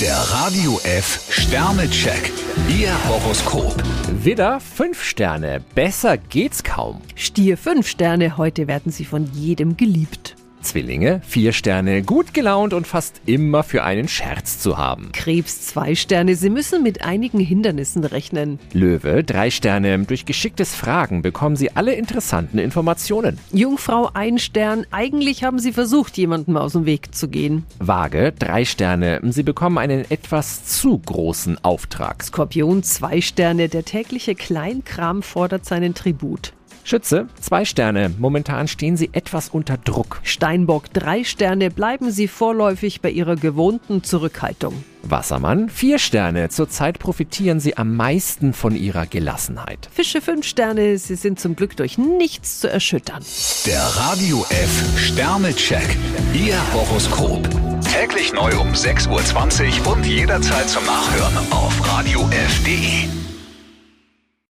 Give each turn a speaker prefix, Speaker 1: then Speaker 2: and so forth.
Speaker 1: Der Radio F Sternecheck. Ihr Horoskop.
Speaker 2: Widder, 5 Sterne. Besser geht's kaum.
Speaker 3: Stier 5 Sterne, heute werden Sie von jedem geliebt.
Speaker 2: Zwillinge, 4 Sterne. Gut gelaunt und fast immer für einen Scherz zu haben.
Speaker 3: Krebs 2 Sterne, Sie müssen mit einigen Hindernissen rechnen.
Speaker 2: Löwe, 3 Sterne. Durch geschicktes Fragen bekommen Sie alle interessanten Informationen.
Speaker 3: Jungfrau 1 Stern, eigentlich haben Sie versucht, jemandem aus dem Weg zu gehen.
Speaker 2: Waage, 3 Sterne. Sie bekommen einen etwas zu großen Auftrag.
Speaker 3: Skorpion 2 Sterne, der tägliche Kleinkram fordert seinen Tribut.
Speaker 2: Schütze, 2 Sterne. Momentan stehen Sie etwas unter Druck.
Speaker 3: Steinbock 3 Sterne, bleiben Sie vorläufig bei Ihrer gewohnten Zurückhaltung.
Speaker 2: Wassermann, 4 Sterne. Zurzeit profitieren Sie am meisten von Ihrer Gelassenheit.
Speaker 3: Fische 5 Sterne, Sie sind zum Glück durch nichts zu erschüttern.
Speaker 1: Der Radio F Sternecheck. Ihr Horoskop. Täglich neu um 6.20 Uhr und jederzeit zum Nachhören auf Radio radiof.de.